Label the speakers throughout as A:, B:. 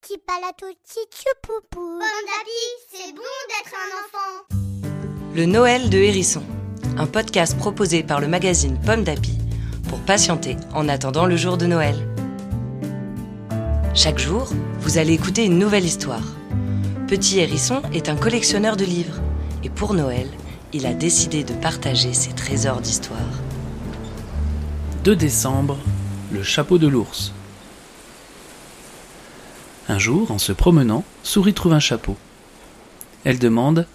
A: petit palato poupou.
B: c'est bon d'être un enfant.
C: Le Noël de Hérisson, un podcast proposé par le magazine Pomme d'Api pour patienter en attendant le jour de Noël. Chaque jour, vous allez écouter une nouvelle histoire. Petit Hérisson est un collectionneur de livres et pour Noël, il a décidé de partager ses trésors d'histoire.
D: 2 décembre, le chapeau de l'ours. Un jour, en se promenant, Souris trouve un chapeau. Elle demande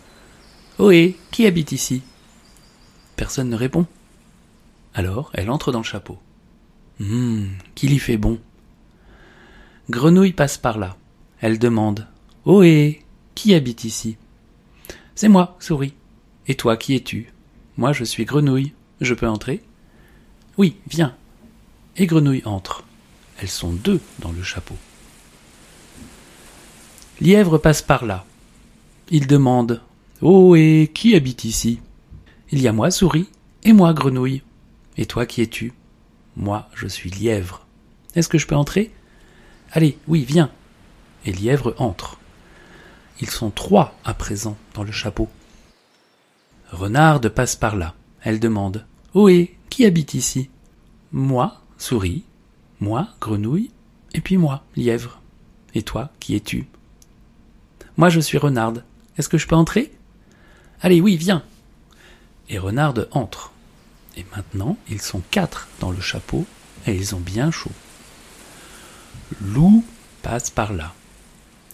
D: Ohé, qui habite ici Personne ne répond. Alors, elle entre dans le chapeau. Hum, qu'il y fait bon. Grenouille passe par là. Elle demande Ohé, qui habite ici C'est moi, Souris. Et toi, qui es-tu Moi, je suis Grenouille. Je peux entrer oui, viens. Et Grenouille entre. Elles sont deux dans le chapeau. Lièvre passe par là. Il demande Oh, et qui habite ici Il y a moi, souris, et moi, grenouille. Et toi, qui es-tu Moi, je suis lièvre. Est-ce que je peux entrer Allez, oui, viens. Et lièvre entre. Ils sont trois à présent dans le chapeau. Renarde passe par là. Elle demande Ohé, qui habite ici Moi, souris, moi, grenouille, et puis moi, lièvre. Et toi, qui es-tu Moi, je suis renarde. Est-ce que je peux entrer Allez, oui, viens Et renarde entre. Et maintenant, ils sont quatre dans le chapeau et ils ont bien chaud. Loup passe par là.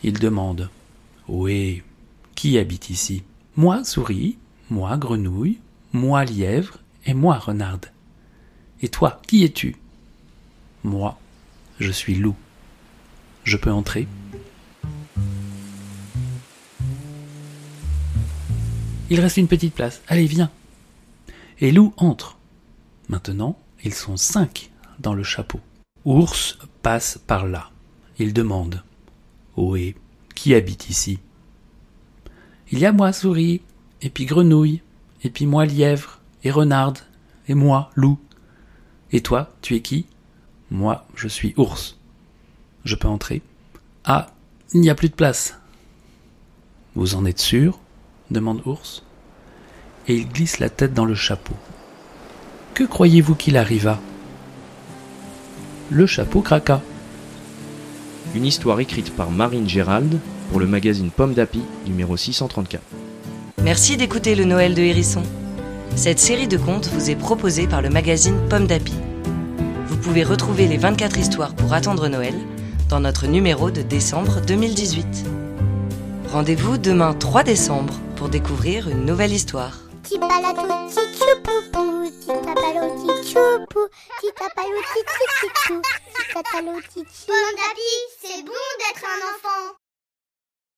D: Il demande Ohé, qui habite ici Moi, souris, moi, grenouille, moi, lièvre, et moi, renarde. Et toi, qui es-tu Moi, je suis loup. Je peux entrer Il reste une petite place. Allez, viens. Et loup entre. Maintenant, ils sont cinq dans le chapeau. Ours passe par là. Il demande Ohé, qui habite ici il y a moi, souris, et puis grenouille, et puis moi, lièvre, et renarde, et moi, loup. Et toi, tu es qui Moi, je suis ours. Je peux entrer Ah, il n'y a plus de place. Vous en êtes sûr demande ours. Et il glisse la tête dans le chapeau. Que croyez-vous qu'il arriva Le chapeau craqua.
E: Une histoire écrite par Marine Gérald pour le magazine Pomme d'Api numéro 634.
C: Merci d'écouter le Noël de Hérisson. Cette série de contes vous est proposée par le magazine Pomme d'Api. Vous pouvez retrouver les 24 histoires pour attendre Noël dans notre numéro de décembre 2018. Rendez-vous demain 3 décembre pour découvrir une nouvelle histoire.
A: Petit palato poupou. Petit tapalo tchoupoupou. Petit tapalo tchoupoupou. Petit tapalo tchoupoupou.
B: Bon d'api, c'est bon d'être un enfant.